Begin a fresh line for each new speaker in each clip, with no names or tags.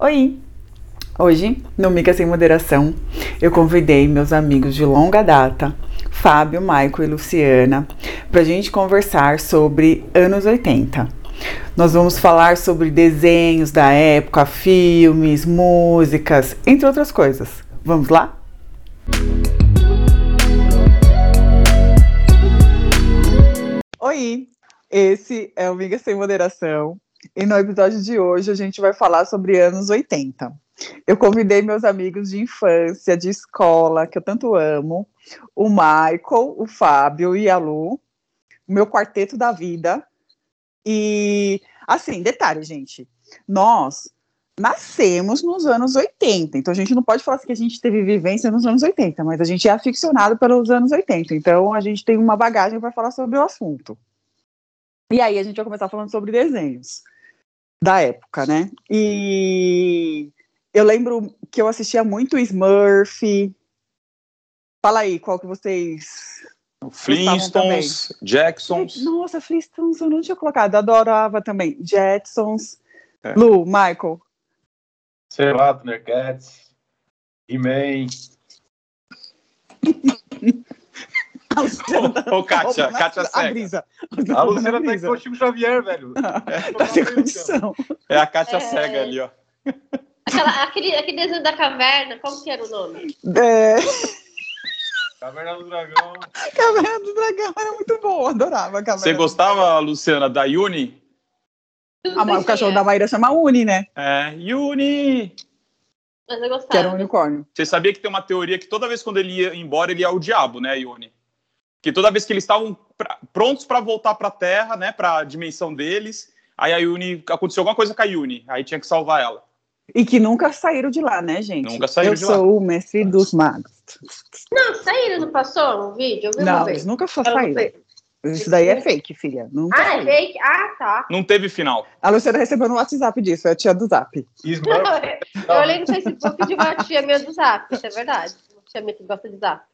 Oi! Hoje, no Mica Sem Moderação, eu convidei meus amigos de longa data, Fábio, Maico e Luciana, para a gente conversar sobre anos 80. Nós vamos falar sobre desenhos da época, filmes, músicas, entre outras coisas. Vamos lá? Oi! Esse é o Miga Sem Moderação, e no episódio de hoje a gente vai falar sobre anos 80. Eu convidei meus amigos de infância, de escola, que eu tanto amo, o Michael, o Fábio e a Lu, o meu quarteto da vida. E, assim, detalhe, gente, nós nascemos nos anos 80, então a gente não pode falar assim que a gente teve vivência nos anos 80, mas a gente é aficionado pelos anos 80, então a gente tem uma bagagem para falar sobre o assunto. E aí a gente vai começar falando sobre desenhos da época, né? E eu lembro que eu assistia muito Smurf. Fala aí, qual que vocês.
Flintstones, Jacksons.
Nossa, Flintstones eu não tinha colocado, adorava também. Jetsons.
É.
Lu, Michael.
sei lá, Thundercats, He-Man.
A Luciana tá-
Ô, Kátia,
Nossa,
Kátia
A
cega.
brisa.
A Luciana tá
brisa.
igual o Chico Xavier, velho. É,
Tá sem condição.
É a Kátia
É.
cega ali, ó.
Aquela- aquele, aquele desenho da caverna, como que era o nome?
É,
Caverna do Dragão.
Caverna do Dragão era muito bom, adorava. a Caverna
Você
do-
gostava, Luciana, da Yuni?
Ah, mas o cachorro da Maíra chama Uni, né?
É, Yuni!
Mas eu
Que era um
gostava.
unicórnio.
Você sabia que tem uma teoria que toda vez quando ele ia embora, ele ia ao diabo, né, Yuni? Que toda vez que eles estavam pra- prontos pra voltar pra Terra, né, pra dimensão deles, aí a Yuni, aconteceu alguma coisa com a Yuni, aí tinha que salvar ela.
E que nunca saíram de lá, né, gente?
Nunca saíram
eu
de lá.
sou o mestre dos magos.
Não, saíram, não passou um vídeo? Eu vi uma
Não, eles
vez.
nunca fa-
Eu não
saíram.
sei.
Isso daí é fake, filha. Nunca
Ah, é
saíram.
fake? Ah, tá.
Não teve final.
A Luciana recebeu no WhatsApp disso, é a tia do Zap.
Smurf.
Não, eu olhei no Facebook de uma tia minha do Zap, isso é verdade. Uma tia minha que gosta de Zap.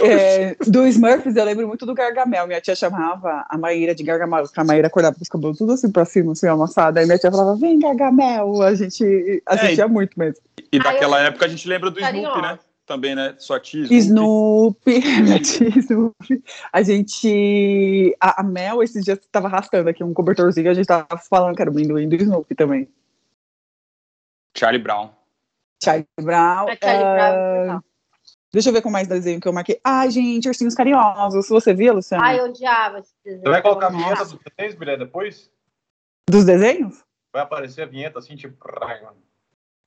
É, do Smurfs, eu lembro muito do Gargamel. Minha tia chamava a Maíra de Gargamel, porque a Maíra acordava com os cabelos tudo assim pra cima, assim, amassada. Aí minha tia falava, vem, Gargamel. A gente assistia muito mesmo.
E
Ah,
daquela
eu-
época a gente lembra do Snoopy, né?
Carinhosa.
Também, né? Sua tia.
Snoopy, minha tia Snoopy. A gente. A, a Mel, esses dias, tava arrastando aqui um cobertorzinho, a gente tava falando que era o amendoim do Snoopy também.
Charlie Brown.
Charlie Brown.
A Charlie
ah,
Brown, legal.
Deixa eu ver com mais desenho que eu marquei. Ai, gente, ursinhos carinhosos. Você via, Luciana?
Ai, eu odiava esse desenho.
Você vai colocar a
Nossa.
vinheta do três, Bilé, depois?
Dos desenhos?
Vai aparecer a vinheta assim, tipo... prá,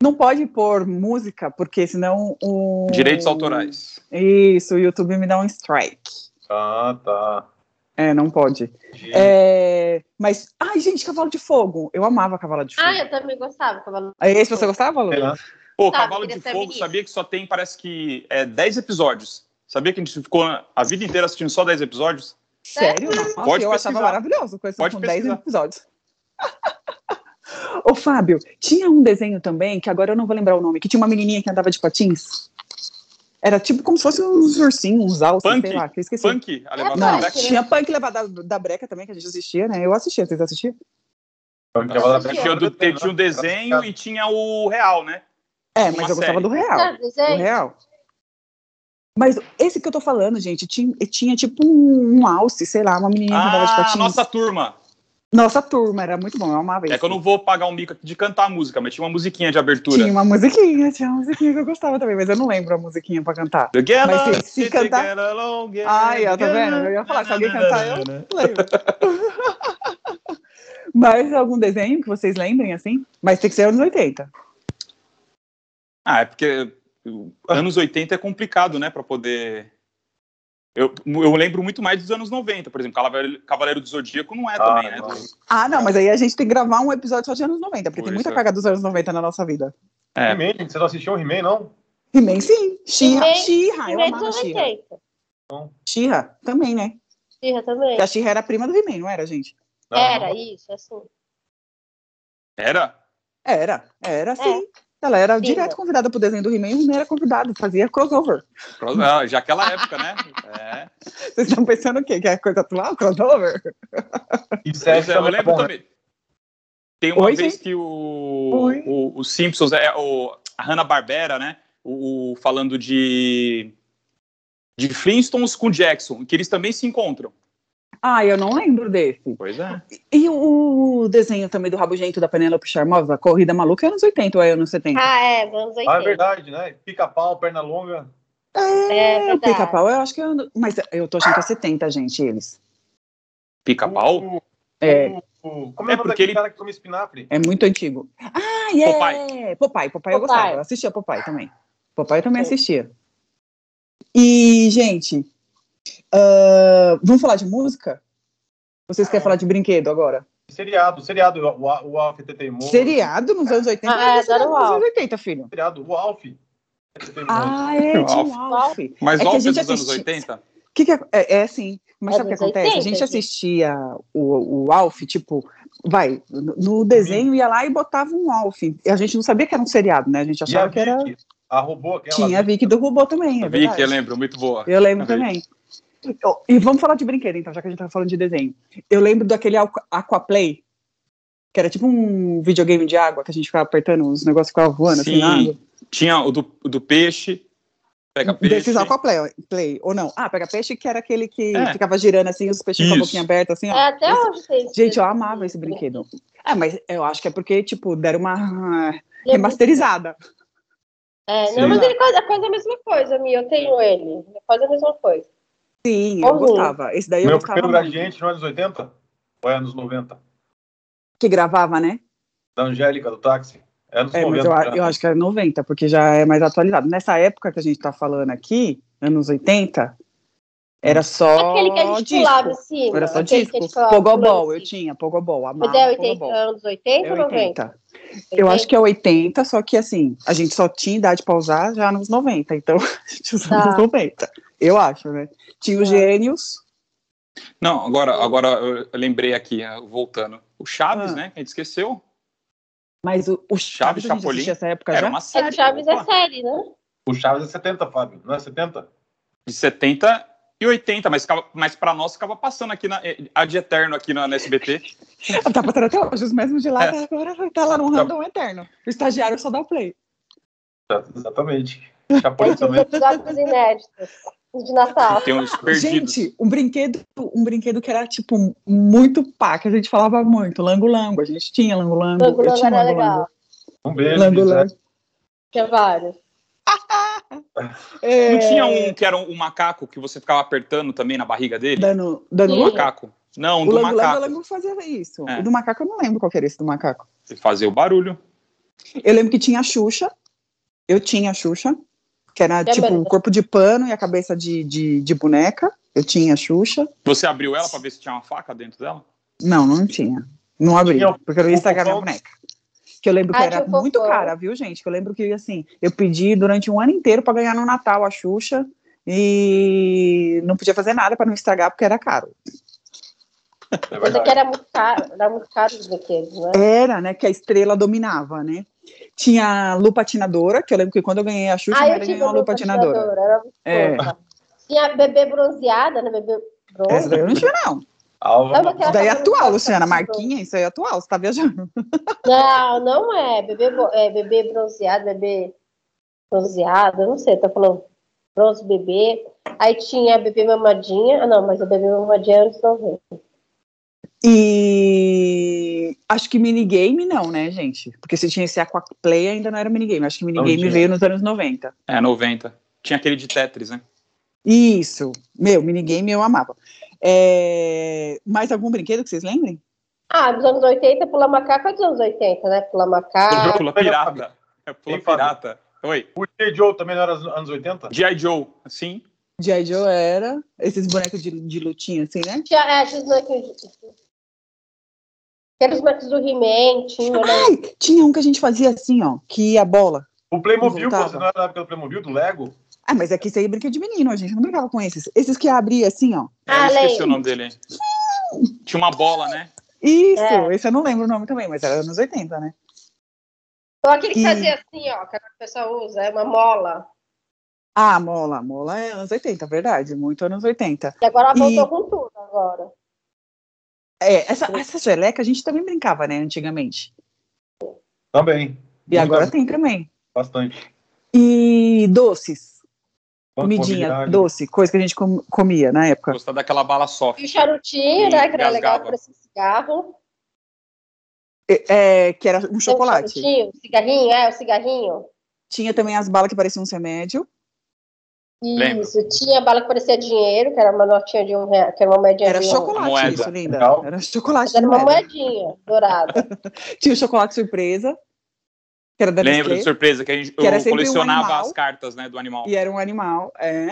Não pode pôr música, porque senão o.
Direitos autorais.
Isso, o YouTube me dá um strike.
Ah, tá.
É, não pode.
Gente,
É, mas. Ai, gente, cavalo de fogo. Eu amava cavalo de fogo.
Ah, eu também gostava. Cavalo.
Esse você gostava, Lu?
sei lá.
Pô,
Sabe,
Cavalo
queria
de
ser
Fogo,
menina.
sabia que só tem, parece que, é, 10 episódios. Sabia que a gente ficou a vida inteira assistindo só 10 episódios?
Sério? Nossa,
Pode
eu
pesquisar.
achava maravilhoso, coisa
Pode
com 10
pesquisar.
episódios. Ô, Fábio, tinha um desenho também, que agora eu não vou lembrar o nome, que tinha uma menininha que andava de patins. Era tipo como se fosse uns ursinhos, uns alces,
Punk?
sei lá, que eu esqueci.
Punk,
É
a levar
Não,
não,
Punk,
tinha punk levada da, da breca também, que a gente assistia, né? Eu assistia, vocês assistiam?
tinha, do, te- tinha o desenho e tinha o real, né?
É,
Uma
mas eu gostava
série.
do real.
Sabe,
Do
desenho?
real. Mas esse que eu tô falando, gente, tinha, tinha tipo um, um alce, sei lá, uma menininha que andava de
Ah,
patins. Nossa...
nossa turma.
turma, era muito bom, eu amava isso.
É que eu não vou pagar um mico aqui de cantar a música, mas tinha uma musiquinha de abertura.
Tinha uma musiquinha, tinha uma musiquinha que eu gostava também, mas eu não lembro a musiquinha pra cantar.
Together,
Mas se- se
together
cantar-
along,
Ai, ó, tá
together.
vendo? Eu ia falar, se alguém cantar, eu não lembro. mas algum desenho que vocês lembrem, assim? Mas tem que ser anos 80.
Ah, é porque o- anos 80 é complicado, né, Pra poder... Eu, eu lembro muito mais dos anos 90, por exemplo, Cavaleiro, Cavaleiro do Zodíaco não é também, né?
não.
Ah, não, mas aí a gente tem que gravar um episódio só de anos 90, porque
Por
tem
isso,
muita
é.
carga dos anos 90 na nossa vida.
É.
He-Man, gente, você não assistiu o He-Man, não?
He-Man, sim. She-Ra,
He-Man-
She-Ra, Ah, eu
Primeiro
amava
dos
She-Ra.
80.
She-Ra, também, né?
Tira também.
Porque a She-Ra era prima do He-Man, não era, gente?
Não,
Era
não.
isso, assim.
Era?
Era, era sim. Ela era
É. Sim.
direto convidada pro desenho do He-Man, o He-Man era convidado, fazia crossover.
Ah, Já aquela época, né? É.
Vocês estão pensando o quê? Que é coisa atual? Crossover?
E Sérgio
Pois é, eu
também tá
lembro
bom, né?
também. Tem uma
Oi,
vez
gente.
que o,
Oi.
o, o Simpsons, é, o, a Hanna-Barbera, né? O, o- falando de, de Flintstones com Jackson, que eles também se encontram.
Ah, eu não lembro desse.
Pois é.
E o desenho também do Rabugento da Penélope Charmosa, Corrida Maluca, é anos 80 ou é anos 70?
Ah, é, anos 80.
Ah, é verdade, né? Pica-pau, perna longa.
É
É, o
verdade.
Pica-Pau, eu acho que é... ano- Mas eu tô achando que é 70, gente, eles.
Pica-pau?
O-
É,
o- o- como é
É
o nome
porque
daquele
ele-
cara que come espinafre?
é muito antigo. Ah, é! Popeye. Popeye, eu
Popeye.
gostava. Eu assistia Popeye também. Popeye eu também
Sim.
assistia. E, gente, ah, vamos falar de música? Vocês
É.
querem falar de brinquedo agora?
Seriado, seriado, o, o, o Alf Teteimoso.
Seriado nos anos 80?
Ah,
Mas
adoro o
nos
Alf.
anos 80, filho.
Seriado, o Alf. Teteimoso.
Ah, é, tinha
Alf.
o Alf.
Mas
É
é
que a
Alf
gente
dos anos
assisti-
80?
Que que é, é, é assim, mas
É
sabe o que
dos
acontece? a
80,
gente
gente.
assistia o, o Alf, tipo, vai, no, no desenho ia lá e botava um Alf. E a gente não sabia que era um seriado, né? A gente
E a
achava que era.
Vicky, a robô, aquela.
Tinha a Vicky do Robô também, é
Vi que eu
verdade.
lembro, muito boa.
Eu lembro
A Vicky.
também. Eu- E vamos falar de brinquedo, então, já que a gente tava falando de desenho. Eu lembro daquele Aqua- Aquaplay, que era tipo um videogame de água que a gente ficava apertando os negócios ficavam voando assim na água.
Sim, tinha o do, o do peixe, pega peixe.
Desses Aquaplay, ó, play, ou não. Ah, pega peixe, que era aquele que
É.
ficava girando assim, os peixinhos com a
Isso.
boquinha aberta, assim, ó.
É, até hoje tem esse
Gente, eu
desenho.
amava esse brinquedo. É, mas eu acho que é porque, tipo, deram uma ah,
Ele é
remasterizada.
É,
Sim.
não, mas ele quase, é quase a mesma coisa, Mi. Eu tenho ele. É quase a mesma coisa.
Sim, eu
Horror.
gostava. Esse daí eu
Meu
gostava
primeiro
muito.
gradiente nos anos 80? Ou é anos 90?
Que gravava, né?
Da Angélica, do táxi. É anos
É, mas
90.
eu, a-
cara.
eu acho que era 90, porque já é mais atualizado. Nessa época que a gente tá falando aqui, anos 80,
Hum.
era só
Aquele que a gente
disco.
pulava em cima.
Era só
aquele
disco.
que a gente pulava
Pogobol,
pulando
eu
em cima.
tinha Pogobol, amava
Mas é 80,
Pogobol.
anos 80
É
ou 90?
80. Eu acho que é 80, só que assim, a gente só tinha idade pra usar já nos 90, então a gente usa
Tá.
nos 90. Eu acho, né? Tinha os
Eu acho.
gênios.
Não, agora, agora eu lembrei aqui, ah, voltando. O Chaves,
Ah.
né? A gente esqueceu.
Mas o, o
Chaves,
Chaves, a gente
Chapolin,
assistia essa época
Era
já?
uma
É
série.
que Chaves é
opa.
série, né?
O Chaves é 70, Fábio. Não é 70?
de 70 e 80, mas, ficava- mas para nós ficava passando aqui na, eh, a de Eterno aqui na, na SBT.
Tá passando até hoje, os mesmos de lá
É.
tá agora tá lá no
Tá.
random eterno. O estagiário só dá o play.
Tá, Exatamente. Chapolin
Tem os
também.
episódios inéditos de Natal.
Tem uns perdidos.
Gente, um brinquedo, um brinquedo que era, tipo, muito pá, que a gente falava muito. Lango-lango, a gente tinha lango-lango.
Lango
Eu
Lango
tinha
era
lango-lango.
legal.
Um beijo.
Lango-lango.
Tinha vários.
É,
Não tinha um que era um, um macaco que você ficava apertando também na barriga dele?
Dando, dando
Sim.
Do
lucro?
macaco? Não, um
O
do
lango-lango,
macaco.
o lango fazia isso.
É.
O do macaco eu não lembro qual que era esse do macaco.
Você fazia o barulho.
Eu lembro que tinha a Xuxa. Eu tinha a Xuxa, que era,
Que
tipo, um
beleza.
corpo de pano e a cabeça de, de, de boneca. Eu tinha a Xuxa.
Você abriu ela para ver se tinha uma faca dentro dela?
Não, não tinha. Não abri,
Tinha o-
porque eu ia
o
estragar minha
fofão.
boneca. Que eu lembro que
Ah,
era
tinha o
muito
fofão.
cara, viu, gente? Que eu lembro que, assim, eu pedi durante um ano inteiro pra ganhar no Natal a Xuxa e não podia fazer nada pra não estragar porque era caro.
É
Mas é
verdade.
que era muito caro. Era muito caro os brinquedos, né?
Era, né, que a estrela dominava, né? Tinha a lupa patinadora, que eu lembro que quando eu ganhei a Xuxa,
Ah,
eu
eu
ganhei
tive
uma lupa
uma lupa
patinadora.
patinadora, era muito
É.
fofa. Tinha bebê bronzeada, né? Bebê
Essa
bronze.
daí eu não tinha, não.
Alva.
Sabe aquela
Isso daí é
cabelo
atual,
bronze,
Luciana.
cabelo
Marquinha, isso aí é atual, você tá viajando.
Não, não é. Bebê, bo- é, bebê bronzeado, bebê bronzeado, eu não sei, tá falando bronze bebê. Aí tinha bebê mamadinha. Ah, não, mas o bebê mamadinha é antes 90.
E acho que minigame não, né, gente? Porque se tinha esse Aquaplay ainda não era minigame. Acho que minigame
tinha.
veio nos anos 90.
É, 90. Tinha aquele de Tetris, né?
Isso. Meu, minigame eu amava. É, Mais algum brinquedo que vocês lembrem?
Ah, dos anos 80, pula macaco é dos anos 80, né? Pula
Ah,
macaco.
Pula
Olha,
pirata. É, pula
Hein, Fábio?
pirata. Oi.
O J. Joe também não era dos anos 80?
G.I. Joe, assim.
G.I. Joe era. Esses bonecos de, de lutinha, assim, né?
Tinha, é, tinha os bonecos. Tinha os bonecos do He-Man, tinha, né?
Ai, tinha um que a gente fazia assim, ó, que ia a bola.
O Playmobil,
Voltava.
você não era da época do Playmobil, do Lego?
Ah, mas aqui isso aí é brinquedo de menino, a gente não brincava com esses. Esses que abria assim, ó.
É, eu
Ah,
esqueci
lembro.
o nome dele. Tinha uma bola, né?
Isso,
É.
esse eu não lembro o nome também, mas era anos 80, né?
Ou Então, aquele que
E-
fazia assim, ó, que a pessoa usa, é uma mola.
Ah, mola, mola é anos 80, verdade, muito anos 80.
E agora
E-
voltou com tudo agora.
É, essa, essa geleca a gente também brincava, né, antigamente.
Também.
E
Muitas-
agora tem também.
Bastante.
E doces,
Banco
comidinha,
imobiliário.
doce, coisa que a gente com- comia na época.
Gostar daquela bala soft.
E o charutinho,
E
né? Que era legal
rasgava.
para esse cigarro.
É, que era um
Tem um
chocolate.
charutinho, cigarrinho, é, o cigarrinho.
Tinha também as balas que pareciam um remédio.
Lembro.
Isso, tinha bala que parecia dinheiro, que era uma notinha de um real, que era uma moedinha
Era
de um real.
chocolate,
Moeda.
isso, linda.
Legal.
Era
Mas
chocolate.
Era
não
uma
era?
moedinha dourada.
Tinha o chocolate surpresa, que era da
Lembro de
Nestlé,
surpresa que a gente,
Que era
eu
sempre um
colecionava
animal.
as cartas, né, do animal.
e era um animal. É.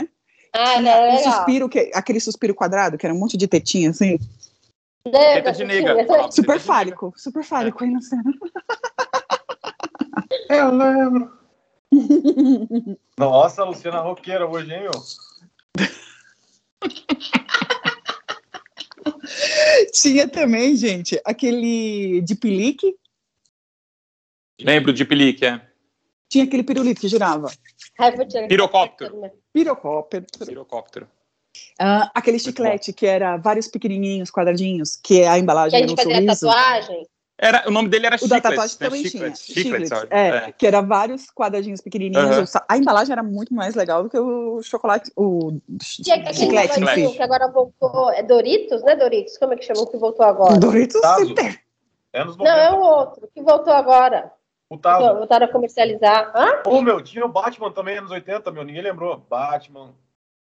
Ah,
Tinha
ele era
um
legal.
suspiro, que, aquele suspiro quadrado, que era um monte de tetinha, assim.
Teta de nega. falava, assim. teta
Super
de
fálico, super fálico
É.
aí na cena.
Eu lembro. Nossa, Luciana Roqueira hoje, hein, meu?
Tinha também, gente, aquele de pelique,
nega. Lembro de Pelique, é.
tinha aquele pirulito que girava.
Pirocóptero.
Pirocóptero.
Pirocóptero.
Ah, aquele chiclete que era vários pequenininhos, quadradinhos, que a
Que
embalagem
a
era
gente
um
fazia
sorriso.
tatuagem.
Era, o nome dele era
O da
Chiclets.
tatuagem
né?
também tinha.
Chiclets. Chiclets,
Chiclets,
sabe?
é,
É.
Que era vários quadradinhos pequenininhos.
Aham.
Eu sa- A embalagem era muito mais legal do que o chocolate, o ch-
Tinha aquele
chiclete em
chicletinho
si.
que agora voltou. É Doritos, né, Doritos? Como é que chamou que voltou
O
agora?
Doritos
Tazo.
sempre teve.
Anos
Não,
90.
é o outro, que voltou agora.
O Tazo.
Voltaram a comercializar. Hã?
Ô, meu, tinha o Batman também, anos 80, meu. Ninguém lembrou. Batman.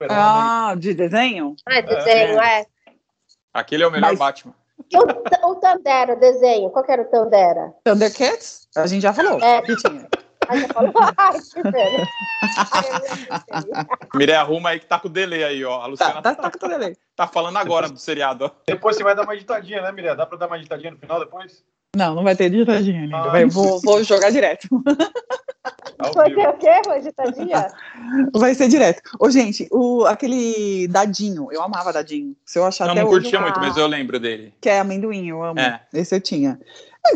Super-Homem.
Ah, de desenho?
Ah, é desenho, é.
Aquele é o melhor
Mas-
Batman.
E o, Ta- o Tandera, o desenho. Qual que era o Tandera?
Thundercats? A gente já falou.
É.
que tinha.
Aí você falou, ai, que pena. Ai, eu lembro
Mirei, arruma aí que tá com delay aí, ó. A Luciana
Tá,
tá,
tá, tá com tudo ali.
falando agora do seriado, ó.
Depois você vai dar uma ditadinha, né, Miré? Dá pra dar uma ditadinha no final depois?
Não, não vai ter ditadinha ainda.
Ah.
Vai- vou, vou jogar direto.
Ao
Foi
vivo.
ter o quê? Foi
Ah,
ditadinha?
Vai ser direto. Ô, gente, o, aquele dadinho. Eu amava dadinho. Se eu achar
Eu
Tá até
não
hoje,
curtia
eu-
muito, mas eu lembro dele.
que é amendoim, eu amo.
É.
Esse eu tinha. É,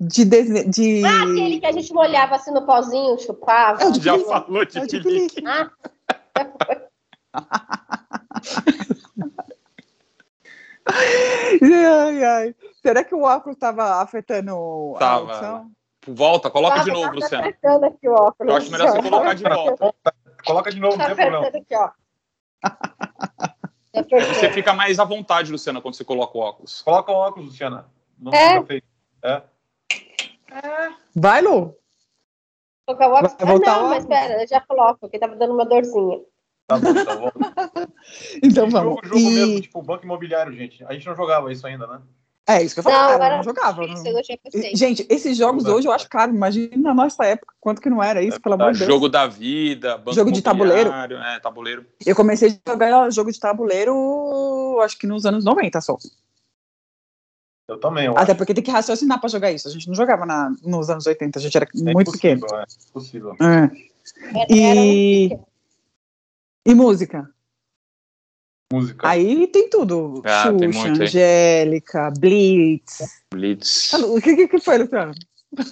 De desenho. De...
Ah, Aquele que a gente molhava assim no pauzinho, chupava.
É o de
Já
Pelique.
falou de
É o de
Pelique.
Pelique.
Ah,
Ai, ai. Será que o óculos estava afetando a
Tava.
audição?
Volta, coloca
tá,
de novo,
tá
Luciano.
apertando aqui o óculos.
Eu acho melhor você colocar um de volta.
Coloca de novo, não
Tá
tem problema.
apertando aqui, ó. Tá apertando.
Você fica mais à vontade, Luciana, quando você coloca o óculos.
Coloca o óculos, Luciana. Não
É.
fica feio. É.
Vai, Lu.
Colocar o óculos.
Vai voltar
ah,
o
não, mas
óculos?
pera, eu já coloco, porque tava dando uma dorzinha.
Tá bom, tá bom.
Então
E
vamos.
Jogo, jogo
E-
mesmo, tipo banco imobiliário, gente. A gente não jogava isso ainda, né?
É isso que eu
Não,
falava, cara, eu
agora
não jogava.
Isso,
não-
eu já pensei.
Gente, esses jogos
Não dá.
hoje eu acho caro. Imagina na nossa época, quanto que não era isso,
É
pelo amor de Deus.
Jogo da vida, banco
Jogo de tabuleiro.
imobiliário, É, tabuleiro.
Eu comecei a jogar jogo de tabuleiro, acho que nos anos 90 só.
Eu também. Eu
Até
acho.
porque tem que raciocinar pra jogar isso. A gente não jogava na- nos anos 80, a gente era
É
muito pequeno.
impossível, É possível.
É.
Era um-
E... e música? Hum.
Música.
Aí tem tudo.
Ah,
Xuxa,
tem muito, hein?
Angélica, Blitz.
Blitz.
O que, que- que foi, Luciano?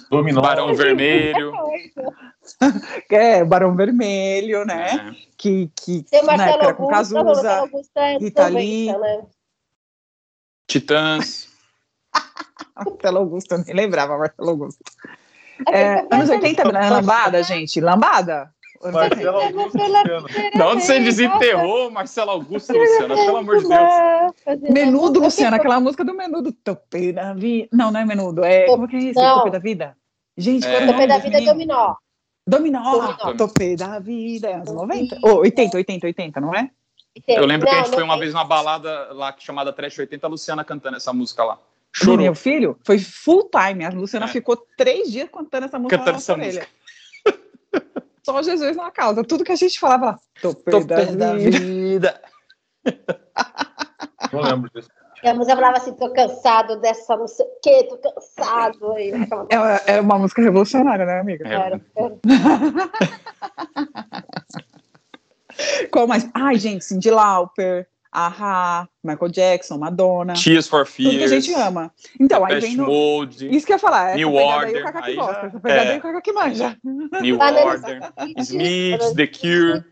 Dominó.
Barão Vermelho.
É, Barão Vermelho, né?
É.
Que, que
Tem o
na
Marcelo
época era com
Augusto, não, o Marcelo
Cazuza.
Augusto é
Rita Lee.
90, né?
Titãs.
Marcelo Augusto, eu nem lembrava Marcelo Augusto. É,
É,
anos 80, né? lambada, gente. Lambada. Anos 80.
Marcelo Augusto Luciano.
é
Da onde você desenterrou, Marcelo Augusto, Luciana? Pelo amor de Deus.
Deus.
Menudo, Luciana, aquela música do Menudo. Topei da vida. Não, não é Menudo. É, como que é isso?
Não.
Topei da vida? Gente,
É.
qual era o
Topé
nome
da
dos
vida é
meninos?
dominó.
Dominó.
Dominó.
Topei da vida. É anos 90? Ô, 80, 80, 80, não é?
Eu lembro que a
Não,
gente foi uma
não
vez numa balada lá chamada Trash 80, a Luciana cantando essa música lá.
Do
Chorou.
meu filho? Foi full time. A Luciana
É.
ficou três dias cantando essa música
Cantando
na nossa
essa
orelha. Só Jesus na causa. Tudo que a gente falava lá. Topei,
Topei
da,
da
vida.
Não lembro disso.
tem. E a música falava assim, tô cansado dessa não sei o quê, tô cansado. E ficava-
Era, era É, uma música revolucionária, né, amiga?
É.
Era.
É.
Qual mais? Ai, gente, Cindy Lauper, Ahá, Michael Jackson, Madonna.
Tears for
Tudo que a
Fears.
gente ama. Então, aí vem
Depeche
no...
Mode.
Isso que eu ia falar. Essa
New
pegada aí
Order,
o Cacá que
aí
gosta.
já-
Essa pegada
é.
aí o Cacá que manja.
New
Banana
Order. Smiths, The Cure.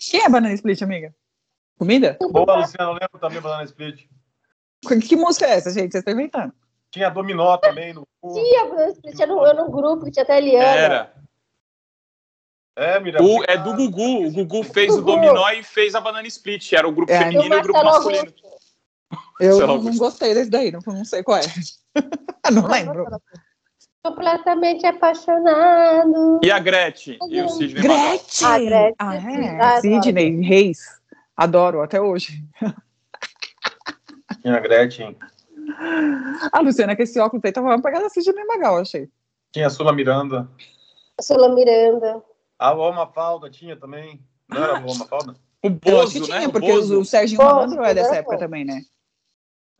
Quem é Banana Split, amiga? Comida?
Boa, Luciana, eu lembro também Banana Split.
Que música é essa, gente? Vocês estão inventando.
Tinha dominó também no cu.
Tinha, Bruno, tinha no, eu no grupo que tinha até a Eliana.
Era.
É, Mira.
O- é do Gugu. O Gugu fez o
Gugu.
dominó e fez a banana split. Era o grupo
É.
E o
feminino e o grupo
Marcelo
masculino.
Augusto.
Eu
Sei lá,
não,
Augusto.
gostei desse daí, não, não sei qual é. Eu não lembro.
Completamente apaixonado.
E a Gretchen e o Sidney Magal.
Gretchen!
Ah, Gretchen.
Ah, é.
Ah, adoro.
Sidney Reis. Adoro até hoje.
Tinha a Gretchen.
A Luciana, que esse óculos aí tava uma pegada assim Sidney Magal, achei.
Tinha a Sula Miranda.
Sula Miranda.
A Ló Mafalda tinha também. Não era a Ló Mafalda?
O
Eu acho que
Bozo,
tinha,
né? O
porque o
Bozo.
Serginho
Bozo,
Malandro é dessa
era
época
bom.
também, né?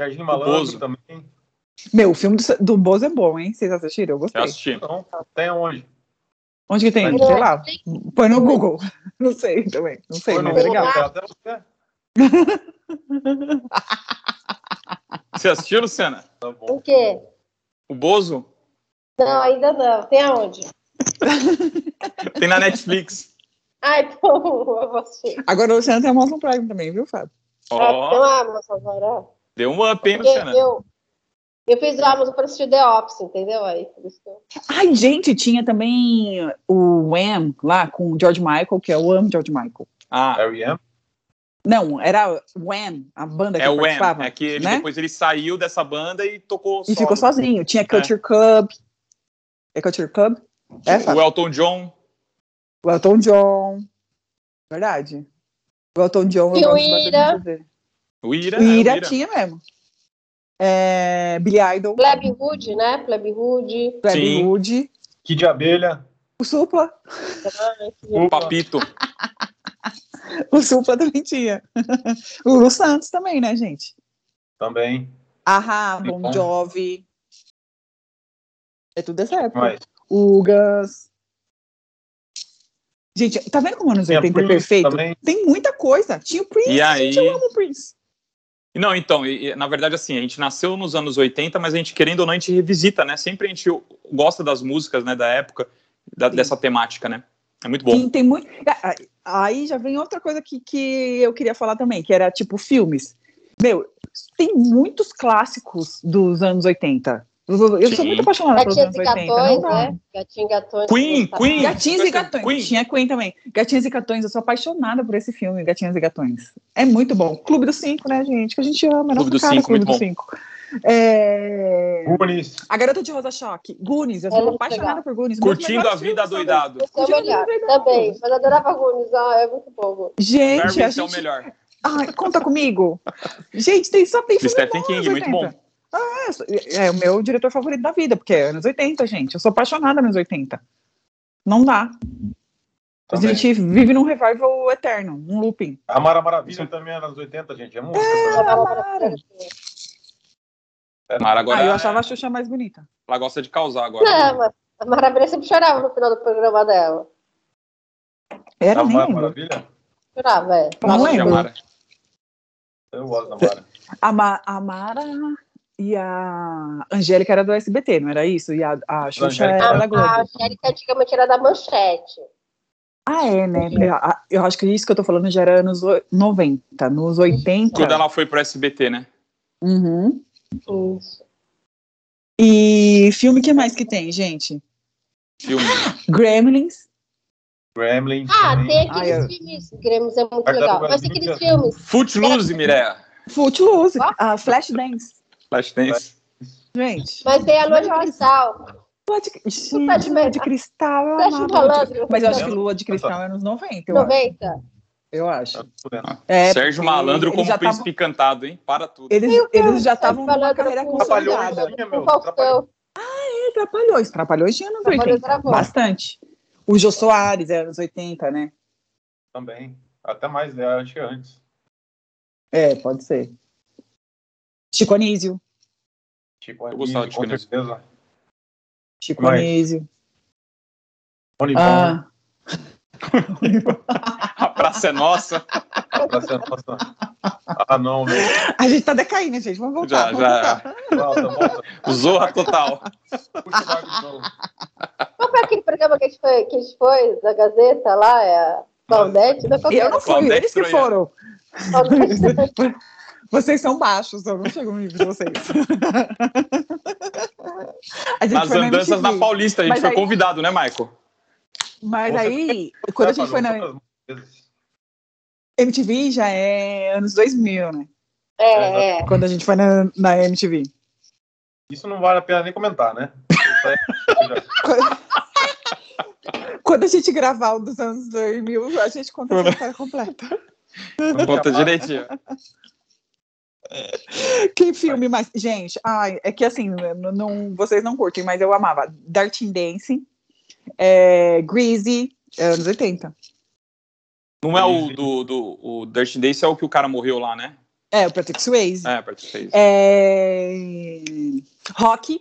Serginho
Bozo.
Malandro também.
Meu, o filme do, do Bozo é bom, hein? Vocês assistiram? Eu
Eu
gostei.
assisti.
Então, até onde?
Onde que tem?
Mas-
Sei lá. Põe no Google. Não sei também. Não sei,
Foi no
mas é legal.
Google, até você.
Você assistiu, Luciana?
Tá bom.
O quê?
O Bozo?
Não, ainda não. Tem aonde?
Tem na Netflix.
Ah, então eu vou assistir.
Agora o Luciano tem a Amazon Prime também, viu, Fábio?
Ah, tem
Ó,
uma Amazon agora.
deu um up, hein,
Porque
Luciana?
eu, eu fiz o Amazon pra assistir The Office, entendeu? Aí, por isso que eu...
Ai, gente, tinha também o Wham lá com o George Michael, que é o Am George Michael.
Ah,
R.E.M.
Não, era Wham, a banda que
é o Wham.
participava.
É que ele-
né?
depois ele saiu dessa banda e tocou
E
solo.
ficou sozinho. Tinha Culture Club. É Culture Club? É, Fábio?
O Elton John.
O Elton John. Verdade. O Elton John.
E
eu
o
gosto bastante
Ira.
dele.
O Ira.
O
né?
Ira tinha mesmo. É, Billy Idol,
Plebe Hood, né? Plebe Hood.
Plebe
Sim.
Hood,
Kid Abelha.
o Supla.
O Papito.
O Supla também tinha. o Lu Santos também, né, gente?
Também.
Ahá, Bon
Então.
Jovi. É tudo dessa época.
Mas
O Gus. Gente, tá vendo como anos
tinha
80 é
Prince
perfeito?
também.
Tem muita coisa. Tinha o Prince.
E aí?
Gente, eu amo o Prince.
Não, então, e- e, na verdade, assim, a gente nasceu nos anos 80, mas a gente, querendo ou não, a gente revisita, né? Sempre a gente gosta das músicas, né, da época, da-
Sim.
dessa temática, né? É muito bom.
Sim, tem muito. Ah, ah, Aí já vem outra coisa que, que eu queria falar também, que era tipo filmes. Meu, tem muitos clássicos dos anos 80. Eu sou
Sim.
muito apaixonada pelos anos
Gatinhas e
80.
gatões,
não dá.
né? Gatinho e gatões.
Queen,
tá?
Queen.
Gatinhos e
Gosta de
Gatões.
Queen?
Tinha Queen também. Gatinhos e Gatões, eu sou apaixonada por esse filme, Gatinhos e Gatões. É muito bom. Clube dos Cinco, né, gente? Que a gente ama.
Clube
Nossa
dos
cara,
Cinco,
Clube
muito
dos
bom.
Cinco. É,
Goonies.
A Garota de Rosa Choque. Goonies, eu
É
sou
muito
apaixonada
legal.
por Goonies. Meus
Curtindo a
melhores
vida
filmes são
doidado.
Esse é o
Gente,
melhor.
não é verdade.
Também. Mas eu adorava Goonies, ó, é muito bom.
da- Gente, a
Parents é o
gente...
melhor.
Ai, conta comigo. gente, tem só tem
De
filme
Stephen
bom
King, é
anos
muito bom.
80. Ah, eu sou- é o meu diretor favorito da vida, porque é anos 80, gente. Eu sou apaixonada nos 80. Não dá.
Também.
A gente vive num revival eterno, um looping.
A Mara Maravilha também era nos 80, gente. É música.
Eu
também.
adorava
Mara.
maravilha.
Mara agora
ah, eu achava a Xuxa mais bonita.
ela gosta de causar agora.
Não, mas a Maravilha sempre chorava no final do programa dela.
Era
A
nem
Mara
lembro.
Maravilha?
Chorava, é.
Não
Gosta de
lembro.
Mara.
Eu gosto da Mara.
A, Ma- a Mara e a Angélica era do SBT, não era isso? E a, a Xuxa
Angélica
era
A,
da
a
Globo.
Angélica antigamente era da manchete.
Ah, é, né? Eu, a- eu acho que isso que eu tô falando já era anos o- 90, nos 80.
Quando ela foi pro SBT, né?
Uhum.
Isso.
E filme que mais que tem, gente?
Filme.
Gremlins.
Gremlins.
Ah,
também.
tem aqueles
Ah, eu-
filmes. Grêmios é muito
Guardado
legal. Mas tem
Guardiões.
aqueles filmes.
Footloose, Mireia.
Footloose.
Nossa.
Ah, Flashdance.
Flashdance.
Gente.
Mas tem a Lua de Cristal.
Lua de,
tá de
gente, Lua de
mer-
Cristal. eu
Tá de
amava Lua de-
malandro.
Mas eu acho que Lua de Cristal é anos 90, eu acho.
90.
Eu acho.
Tá
É,
Sérgio
porque
Malandro
eles
como
já tavam-
príncipe encantado, hein? Para tudo.
Eles,
Meu Deus,
eles já
tá
estavam numa
falando
carreira
com-
Atrapalhou
consolidada.
isso aí, meu.
O Faustão.
E Trapalhões, Trapalhões tinha anos
Trapalhões
80,
era bom.
bastante. O Jô Soares era anos 80, né?
Também. Até mais, né? acho que antes.
É, pode ser. Chico Anísio,
Chico
Eu gostava de
Anísio, Tipo, com
Chico
certeza.
Chico
Mas-
Anísio.
Rony Von,
Ah,
A praça é nossa.
pra ser é nossa. Ah, não, meu.
a gente tá decaindo, gente, vamos voltar.
Já,
vamos
já.
voltar.
Volta, volta.
Zorra total.
Puxa o barco de novo.
Qual foi aquele programa que a gente foi, que a gente foi da Gazeta lá? É a Claudete? Não, qual que
Eu
era?
não fui,
Claudete
eles que
Troiano.
foram.
Claudete.
Vocês são baixos, eu não chego no nível de vocês. A gente
Nas
foi na
andanças na
MTV.
Paulista, a gente
Mas
foi
aí-
convidado, né, Michael?
Mas
Você
aí, quando a gente foi na MTV, já é anos 2000, né?
É, é.
Quando a gente foi na, na MTV.
Isso não vale a pena nem comentar, né? Isso é-
Quando a gente gravar o dos anos 2000, a gente conta a história completa.
tá
Conta direitinho.
Que filme mais... Gente, ai, é que assim, não, não- vocês não curtem, mas eu amava. Dirty Dancing, é, Greasy, é anos 80.
Não é o do, do o Dirty Days, é o que o cara morreu lá, né?
É, o Patrick Swayze.
É, Patrick fez.
É... Rock.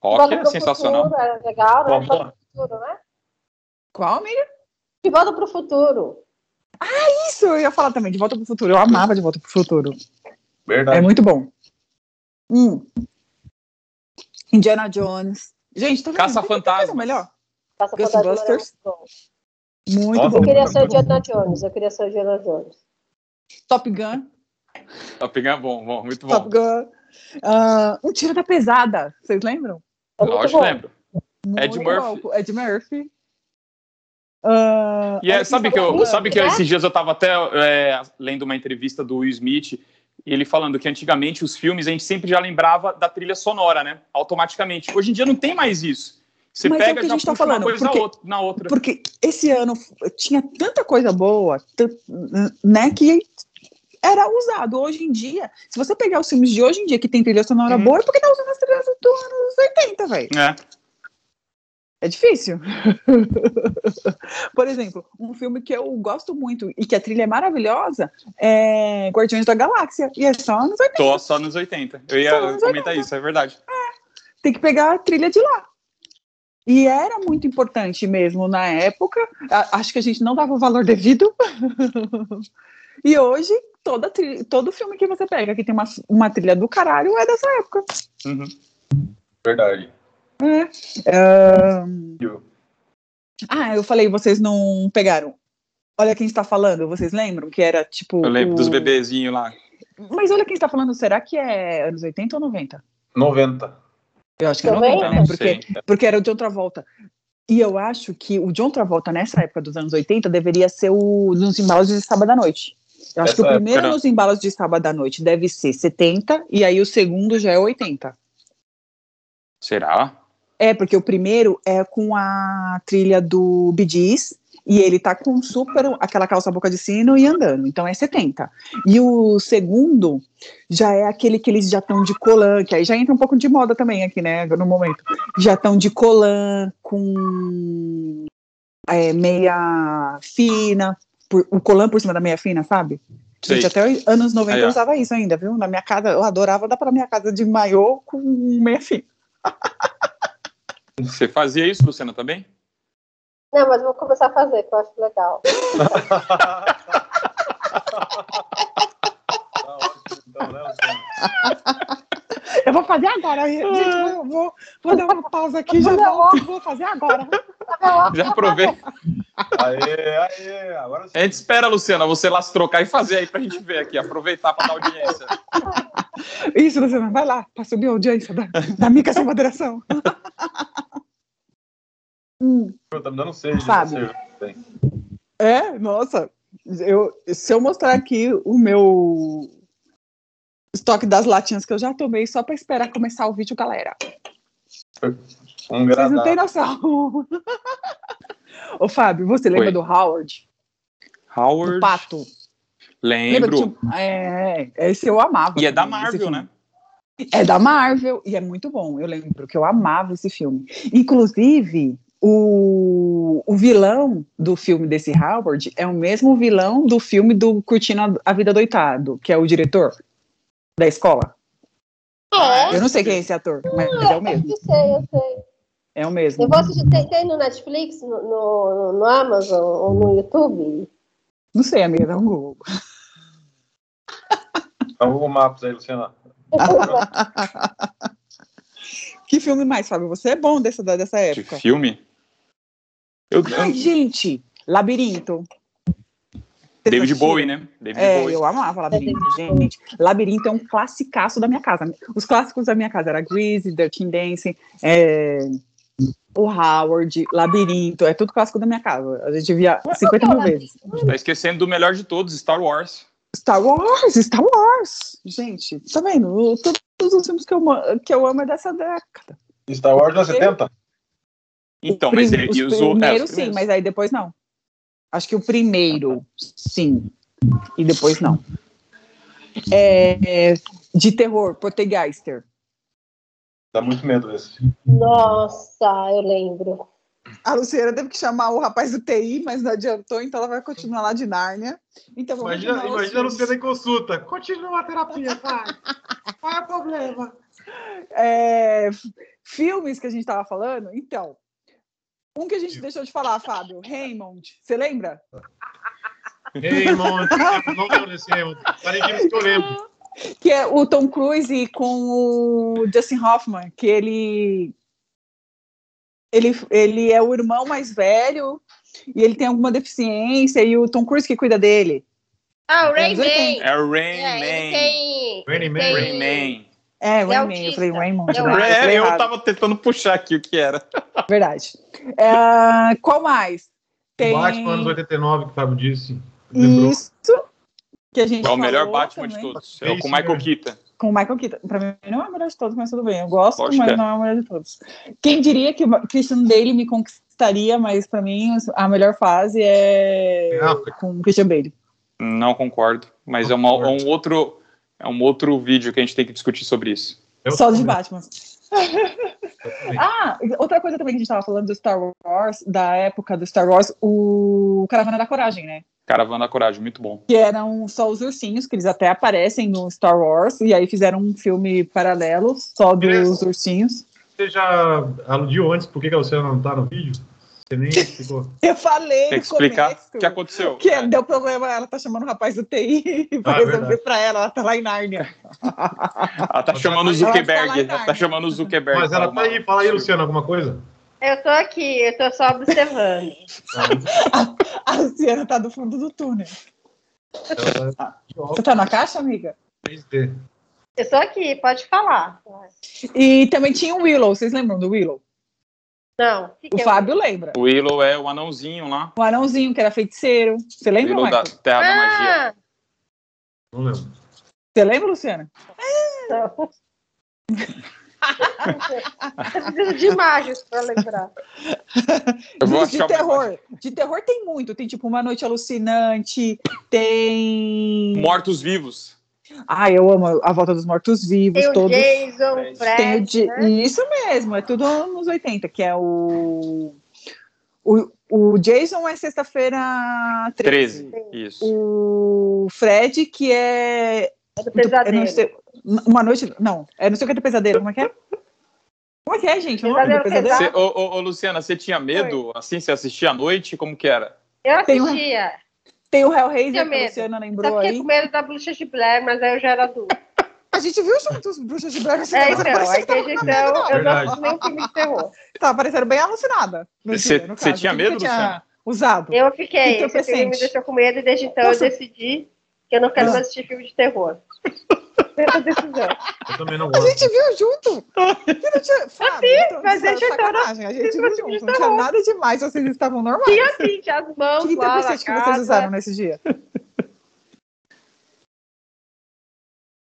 Rock
De Volta
um
é
pro
sensacional.
Futuro, era legal, né?
Bom,
De Volta pro futuro, né?
Qual, amiga?
De volta pro futuro.
Isso, eu ia falar também, De Volta pro Futuro. Eu amava De Volta pro Futuro. É
Verdade.
muito bom. Hum. Indiana Jones. Gente, tá vendo? Tem
Caça
muita
Fantasmas.
coisa melhor.
Passa
Ghostbusters. Muito
Nossa,
bom.
Eu queria ser o
Muito bom.
Diana Jones, eu queria ser o Diana Jones.
Top Gun.
Top Gun é bom, bom, muito
Top
bom.
Gun. Ah, um tiro da pesada. Vocês lembram?
É
Eu
muito
acho
bom.
que lembro. Ed
Muito
Murphy.
bom. Ed Murphy. Ah,
E é,
olha
sabe
quem
que
falou
eu,
Smith,
sabe que eu-
né?
esses dias eu tava até é, lendo uma entrevista do Will Smith e ele falando que antigamente os filmes a gente sempre já lembrava da trilha sonora, né? Automaticamente. Hoje em dia não tem mais isso. Você
Mas é o
pega
que
e
a
já
gente tá
puxa uma
falando,
coisa na
porque-
outra- na outra.
Porque esse ano tinha tanta coisa boa, tan- né, que era usado. Hoje em dia, se você pegar os filmes de hoje em dia que tem trilha sonora
Uhum.
boa, é porque tá usando as trilhas do anos 80, velho.
É.
É difícil. Por exemplo, um filme que eu gosto muito e que a trilha é maravilhosa é Guardiões da Galáxia. E é só anos 80.
Tô só nos 80. Eu ia
Só nos
comentar isso, é verdade.
Tem que pegar a trilha de lá. E era muito importante mesmo na época. A- acho que a gente não dava o valor devido. e hoje, toda tri- todo filme que você pega que tem uma, uma trilha do caralho é dessa época.
Uhum.
Verdade.
Ah, eu falei, vocês não pegaram. Olha quem está falando, vocês lembram? Que era tipo.
Eu lembro dos
o-
bebezinhos lá.
Mas olha quem está falando, será que é anos 80 ou 90?
90.
Eu acho que é
Também
90, né?
não
Porque,
sei.
porque era o John Travolta. E eu acho que o John Travolta, nessa época dos anos 80, deveria ser o Nos Embalos de Sábado à Noite. Eu acho que o
Essa
primeiro
época, né?
Nos Embalos de Sábado à Noite deve ser 70, e aí o segundo já é 80.
Será?
É, porque o primeiro é com a trilha do Bee Gees, e ele tá com super aquela calça boca de sino e andando, então é 70. E o segundo já é aquele que eles já estão de colã, que aí já entra um pouco de moda também aqui, né, no momento. Já estão de colã com é, meia fina, por- o colã por cima da meia fina, sabe?
Sei.
Gente, até os anos 90
Aí, ó.
eu usava isso ainda, viu? Na minha casa, eu adorava dar pra minha casa de maiô com meia fina.
Você fazia isso, Luciana, também?
Não, mas eu vou começar a fazer, que eu acho legal.
Não, então, né, Luciano?
Eu vou fazer agora. Gente, vou, vou, vou dar uma pausa aqui já Ah. vou, vou fazer agora.
Já aproveita.
Aê, aê, agora sim.
A gente espera, Luciana, você lá se trocar e fazer aí pra gente ver aqui, aproveitar pra dar audiência.
Isso, Luciana, vai lá, para subir a audiência da, da Mica Sem Moderação. Hum,
Tá me dando sede.
Sabe.
você-
é, nossa. Eu, se eu mostrar aqui o meu estoque das latinhas que eu já tomei, só para esperar começar o vídeo, galera.
Um
Vocês não têm
gradado.
noção. Ô, Fábio, você lembra
Oi.
do Howard?
Howard.
Do Pato? Lembra que
Lembro.
tinha- É, esse eu amava.
E é da
também, esse
Marvel,
filme.
né?
É da Marvel e é muito bom. Eu lembro que eu amava esse filme. Inclusive, o, o vilão do filme desse Howard é o mesmo vilão do filme do Curtindo a- a Vida Doitado, que é o diretor da escola.
É,
Eu não sei quem é esse ator, mas é o mesmo.
eu sei, eu sei.
É o mesmo.
Eu vou assistir, tem, tem no Netflix, no, no, no Amazon ou no YouTube?
Não sei, amiga, dá um Google.
Tá o Google Maps aí, Luciana.
Que filme mais, Fábio? Você é Ah, bom dessa, dessa
De
época.
filme. Eu, eu-
Ai, gente, Labirinto.
David Bowie, né? David
É,
Bowie.
eu amava Labirinto, gente. Labirinto é um classicaço da minha casa. Os clássicos da minha casa eram Greasy, Dirty Dancing, é, o Howard, Labirinto. É tudo clássico da minha casa. A gente via 50 mil vezes.
Tá esquecendo do melhor de todos, Star Wars.
Star Wars, Star Wars. Gente, tá vendo? O- to- Todos os filmes que eu, ma- que eu amo é dessa década.
Star Wars é não 70?
Então, mas
Prim-
ele,
os
e os, o- é, os
primeiros sim,
primeiros.
mas aí depois não. Acho que o primeiro, sim. E depois não. É, é, de terror, Portegeister.
Dá muito medo esse.
Nossa, eu lembro.
A Luciana teve que chamar o rapaz do TI, mas não adiantou, então ela vai continuar lá de Nárnia. Então, vamos
Imagina,
continuar os
imagina a
filmes.
Luciana em consulta. Continua a terapia, vai. Qual é o problema?
É, f- filmes que a gente estava falando, então. Um que a gente deixou de falar, Fábio, Raymond, você lembra?
Raymond, Raymond, esse Raymond. Parei de que eu lembro.
Que é o Tom Cruise com o Justin Hoffman, que ele ele, ele é o irmão mais velho e ele tem alguma deficiência e o Tom Cruise que cuida dele.
Ah, o
Anos
Rayman.
É o Rain
É, ele
Man.
tem.
Rainy Man.
tem-
Rain Man.
É,
Ele é
Raymond, eu falei
autista.
Raymond,
Eu
né?
acho.
eu
É,
falei
eu
errado,
tava tentando puxar aqui o que era.
verdade. É, qual mais? Tem
Batman anos 89, que o Fábio disse. Lembrou.
isso que a gente
É o melhor
falou
Batman de
também.
todos. É o com
Isso
Michael
mesmo.
Keaton.
com o Michael Keaton. Pra mim não é o melhor de todos, mas tudo bem. Eu gosto,
Lógico
mas
que é.
não é o melhor de todos. Quem diria que o Christian Bale me conquistaria, mas pra mim a melhor fase é
Não,
com o Christian Bale.
Não concordo, mas é, uma- é um outro é um outro vídeo que a gente tem que discutir sobre isso.
eu
Só os de
também.
Batman. Ah, outra coisa também que a gente tava falando do Star Wars, da época do Star Wars, o Caravana da Coragem, né?
Caravana da Coragem, muito bom.
Que eram só os ursinhos, que eles até aparecem no Star Wars, e aí fizeram um filme paralelo só dos
Beleza.
ursinhos.
Você já aludiu antes por que que a Luciana não tá no vídeo? Você nem explicou.
Eu falei
Tem
no
que explicar
começo.
o que aconteceu.
Que
É.
deu problema, ela tá chamando o rapaz do TI pra
Ah, é
resolver
verdade.
pra ela, ela tá lá em Nárnia.
Ela tá chamando o
Ela tá lá em
Zuckerberg. Ela
Narnia.
tá chamando o Zuckerberg.
Mas ela
pra
tá aí,
uma-
fala aí, Luciana, alguma coisa?
Eu tô aqui, eu tô só observando.
A Luciana tá do fundo do túnel.
Ela tá de
Você
óculos
tá na caixa, amiga?
3D.
Eu tô aqui, pode falar.
E também tinha o Willow, vocês lembram do Willow?
Não, o
O
que
Fábio lembra.
O Willow é o anãozinho lá.
O anãozinho que era feiticeiro. Você
O
lembra,
Willow
Michael?
da Terra da Magia.
Ah,
Não lembro.
Você lembra, Luciana?
não. Ah, Eu preciso de imagens pra lembrar.
Eu vou
Dos de
achar uma imagem.
terror. De terror tem muito. Tem tipo Uma Noite Alucinante, tem.
Mortos-vivos.
Ah, eu amo A Volta dos Mortos-Vivos,
Tem um o
todos.
Jason,
Tem
o
o
Tem o
Fred,
de...
né?
Isso mesmo, é tudo anos 80, que é o. O, o Jason é sexta-feira 13.
13. Isso.
O Fred, que é.
É do
é não
pesadelo.
sei- uma noite. Não, é não sei o que é do pesadelo. Como é que é? Como é que é, gente? Não é do
Pesadelo
pesadelo?
pesado.
Cê, ô, ô, ô, Luciana, você tinha medo? Assim, você assistia à noite? Como que era?
Eu
Tem um-
assistia.
Tem o
Tinha
Hellraiser, que a
medo.
Luciana
Só
lembrou
fiquei
aí.
com medo da bruxa de Blair, mas aí eu já era adulta.
A gente viu juntos Bruxas de Blair. assim,
É,
você tá
então,
parecia
aí
que tava,
desde então eu não
Verdade.
assisto nenhum filme de terror.
tava parecendo tá bem alucinada. no
Cê-
dia, no
cê
caso.
tinha
Tudo que
medo,
tinha
Luciana?
Usado.
Eu fiquei,
Então,
esse filme me
presente.
deixou com medo e desde então
Nossa.
eu decidi que eu não quero
Ah.
mais assistir filme de terror. Essa decisão.
Eu também não
A
gosto.
gente viu junto. Que não tinha... Fábio, então,
mas
isso é
deixa eu
sacanagem. A gente viu
Isso é
junto. Não tinha nada demais, vocês estavam normais.
E assim, tinha as mãos
Que
lá na
entorpecente que vocês
casa.
usaram nesse dia?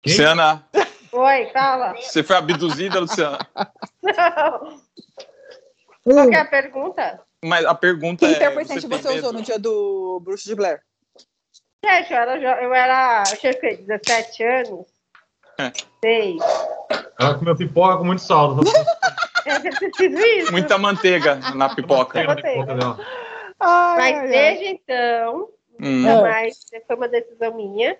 Quem?
Luciana,
Oi, fala.
você foi abduzida, Luciana.
Não.
Hum,
Qual que é a pergunta?
Mas a pergunta
que
é.
entorpecente
tem
você, usou
medo?
no dia do Bruxo de Blair?
Gente, eu era, jo- eu era eu tinha o quê? 17 anos?
É.
Sei.
Ela comeu pipoca com muito sal.
Deve ter sido É isso.
Muita manteiga na pipoca.
Pega na pipoca dela.
Ai,
Mas
ai, ai.
desde então,
Hum.
Ah.
mas foi uma decisão minha.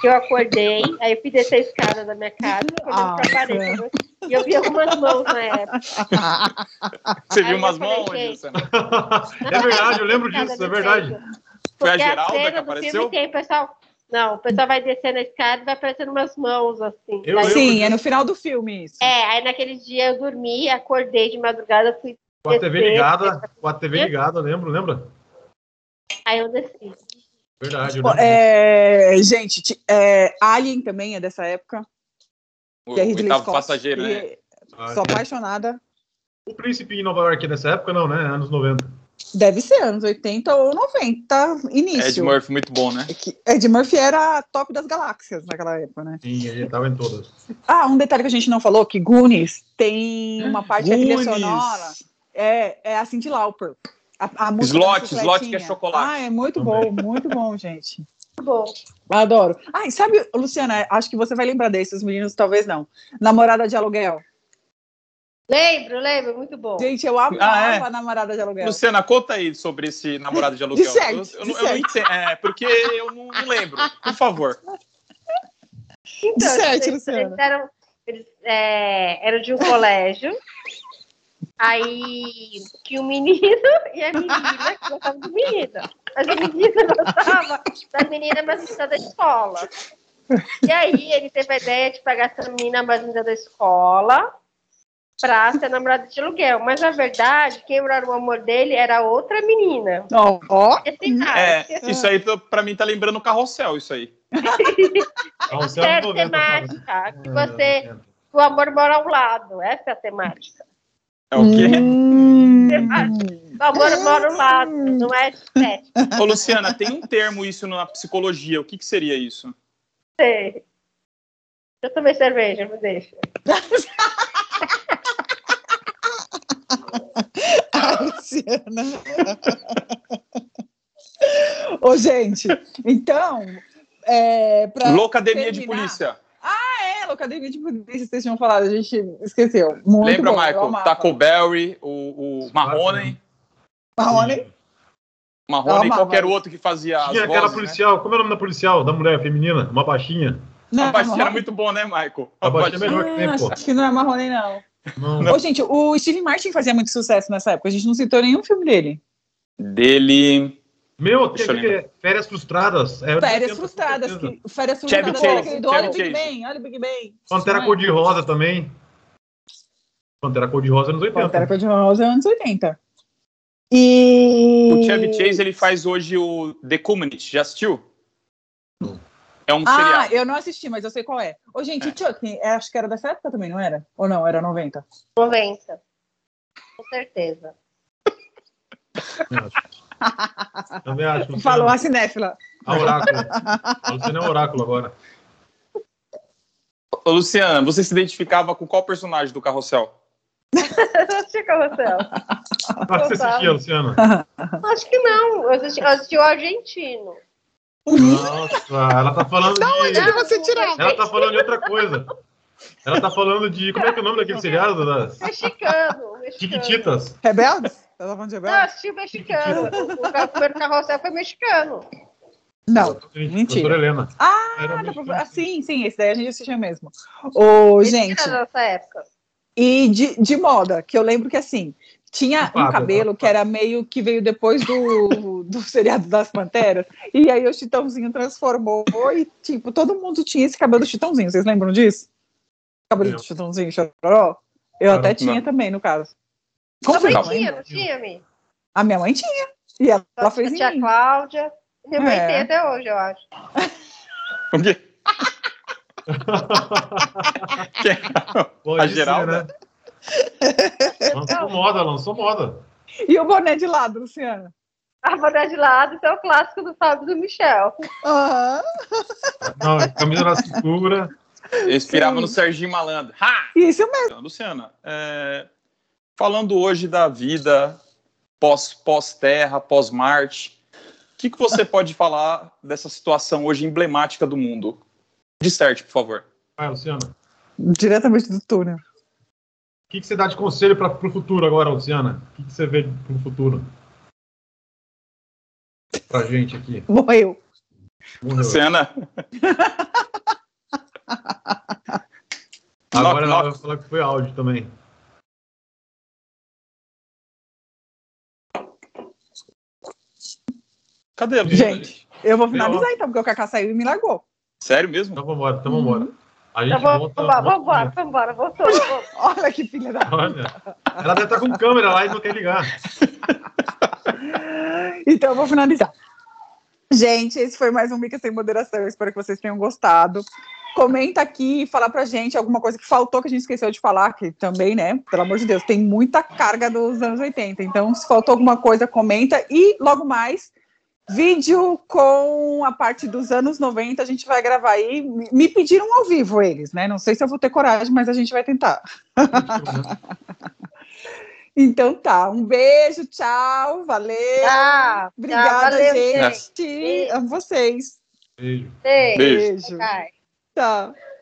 que Eu acordei, aí eu fui descer a escada da minha casa, quando eu
Ah,
fui pra parede, eu- e eu vi algumas mãos na época.
Você
Aí
viu
eu
umas
Ah,
falei,
mãos,
gente,
Luciana?
É verdade, eu lembro
Escada
disso, é
do
verdade.
prédio.
Foi a
Porque
Geralda
cena
que
do
apareceu?
Filme tem, pessoal. Não, o pessoal vai descendo a escada e vai aparecendo umas mãos assim.
Eu
Daí-
lembro
Sim,
um
disso.
é no final do filme isso.
É, aí naquele dia eu dormi, acordei de madrugada, fui,
Com a TV
Descer.
ligada, com a TV ligada, eu lembro, lembra?
aí eu desci.
Verdade. né? eu
Pô,
lembro.
é, gente, ti- é, Alien também é dessa época.
O,
que é Ridley
oitavo
Scott,
passageiro,
e
né?
Ah,
Sou apaixonada.
O príncipe em Nova York dessa época, não, né? Anos 90.
Deve ser anos 80 ou 90,
Ed
início.
Murphy, muito bom, né?
É que Ed Murphy era top das galáxias naquela época, né?
Sim, ele tava em todas.
Ah, um detalhe que a gente não falou, que Goonies
Hum.
tem uma parte da trilha sonora. É, é a Cindy Lauper. A, a música da
Slot, slot que é
chicletinha.
chocolate.
Ah, é muito bom, muito bom, gente.
Bom,
Adoro. Ah, e sabe, Luciana, acho que você vai lembrar desse, os meninos talvez não. Namorada de aluguel.
lembro, lembro, muito bom.
Gente, eu amava
Ah, é?
a namorada de aluguel.
Luciana, conta aí sobre esse namorado de aluguel.
Disserte,
eu, eu não- eu não
disserte.
entendo. É, porque eu não, não lembro. Por favor.
Então,
Disserte,
eles,
Luciana.
eles eram, eles, é, eram de um colégio. Aí tinha o menino e a menina que gostava do menino. Mas a menina gostava da menina mais bonita da escola. E aí ele teve a ideia de pagar essa menina mais bonita da escola pra ser namorada de aluguel. Mas na verdade, quem era o amor dele era outra menina.
Ó, ó,
É sem nada.
É, isso aí tá- pra mim tá lembrando o carrossel, isso aí.
Ah, tá
É um céu
Série
90, cara.
temática. Que
É,
você,
90.
o amor mora ao lado. Essa é a temática.
É o quê?
Hum.
O amor mora ao lado, não é de sete.
Hum.
Ô, Luciana, tem um termo isso na psicologia. O que, que seria isso?
Sei. Eu tomei cerveja, me deixa.
Ai, Luciana. Ô, gente, então, é, pra...
Loucademia de
terminar.
polícia.
É, Locademia de Polícia, vocês tinham falado, a gente esqueceu. Muito
Lembra,
bom, eu
Michael? Tá
amava.
Taco Berry, o, o Marrone,
Marrone?
Marrone e
amava.
qualquer outro que fazia as
Tinha aquela
vozes,
policial, como é o nome da policial? Da mulher feminina? Uma baixinha?
Né?
Não,
A baixinha era
Marrone?
muito bom, né, Michael?
A baixinha é
Baixinha.
melhor que tem,
Ah,
pô.
acho que não é Marrone, não.
Não.
Ô, gente, o Steve Martin fazia muito sucesso nessa época. A gente não citou nenhum filme dele.
Dele.
Meu, tem
Deixa eu
aquele Férias Frustradas. é,
Férias
80,
frustradas.
com certeza.
Que, férias
Chevy
frustradas
Chase,
era aquele do Olha o
Chevy
Big
Chase.
Bang, olha o Big Bang.
Pantera
Não é?
Cor-de-Rosa também. Pantera Cor-de-Rosa é nos 80.
Pantera Cor-de-Rosa é anos 80. E.
O Chevy Chase, ele faz hoje o The Community. Já assistiu? É um
Ah,
seriado.
eu não assisti, mas eu sei qual é. Ô, gente,
É.
o Chuck, é, acho que era dessa época também, não era? Ou não, era 90.
Convença. Com certeza.
Também acho. Também acho. Luciana.
Falou a cinéfila.
A Oráculo. A Luciana é um Oráculo agora.
Ô, Luciana, você se identificava com qual personagem do carrossel?
Assistiu Carrossel?
Ah, Você assistia, Luciana?
Acho que não. Eu assisti, eu assisti o argentino.
Nossa, ela tá falando de...
Onde você tirou?
Ela tá falando de outra coisa. Ela tá falando de... Como é que é o nome daquele seriado? Das...
tá-
Mexicano. mexicano.
Chiquititas.
Rebeldes? Ela tá falando de
Não, eu
Rebeldes?
assisti o mexicano. O ca- o primeiro carrossel foi mexicano.
Não. Mentira.
Professora Helena.
Ah,
Era
tá
mexicano.
pro- ah, sim, sim, esse daí a gente assistiu mesmo. Ô, gente.
Mexicano nessa época.
E de, de moda, que eu lembro que assim, tinha
Fábio,
um cabelo que era meio que veio depois do, do seriado das Panteras, e aí o Chitãozinho transformou e, tipo, todo mundo tinha esse cabelo do Chitãozinho, vocês lembram disso? Cabelo
Eu.
do Chitãozinho, chororó? Eu
Cara,
até
não.
tinha também, no caso.
Sua mãe
Não.
tinha, não tinha, Mi?
A minha mãe tinha, e ela,
Sua
fez em
tia
mim.
Cláudia. Minha mãe
É.
tem até hoje, eu acho.
O quê?
Pode
A
ser,
Geralda?
né? Lançou moda, lançou moda.
E o boné de lado, Luciana?
A boné de lado, isso é o clássico do Fábio e do Michel.
Aham.
Não, camisa na cintura.
Eu inspirava
Sim.
no Serginho Malandro. Ha!
Isso mesmo.
Luciana, é, falando hoje da vida pós- pós-terra, pós-Marte, o que, que você pode falar dessa situação hoje emblemática do mundo? Disserte, por favor.
Vai, Luciana. O
Diretamente do túnel.
que, que você dá de conselho para o futuro agora, Luciana? O que, que você vê pro futuro? Pra gente aqui.
Morreu.
Morreu.
Luciana, Knock,
Agora ela
knock.
vai falar que foi áudio também.
cadê? a Luciana?
Gente, eu vou finalizar então, porque o Cacá saiu e me largou.
Sério mesmo?
Então vambora, então vambora. A gente
Hum. Então vamos
volta.
embora,
volta
vamos embora, vamos embora, voltou. voltou.
Olha que filha da...
Olha, ela deve estar com câmera lá e não quer ligar.
Então eu vou finalizar. Gente, esse foi mais um Mica Sem Moderação. Eu espero que vocês tenham gostado. Comenta aqui e fala pra gente alguma coisa que faltou que a gente esqueceu de falar, que também, né? Pelo amor de Deus, tem muita carga dos anos 80. Então, se faltou alguma coisa, comenta. E logo mais, vídeo com a parte dos anos 90, a gente vai gravar aí. Me- Me pediram ao vivo eles, né? Não sei se eu vou ter coragem, mas a gente vai tentar. Então tá, um beijo, tchau, valeu.
Tá,
Obrigada,
valeu,
gente. Amo vocês.
Beijo.
Beijo.
Beijo.
Beijo.
Tchau.
Tchau.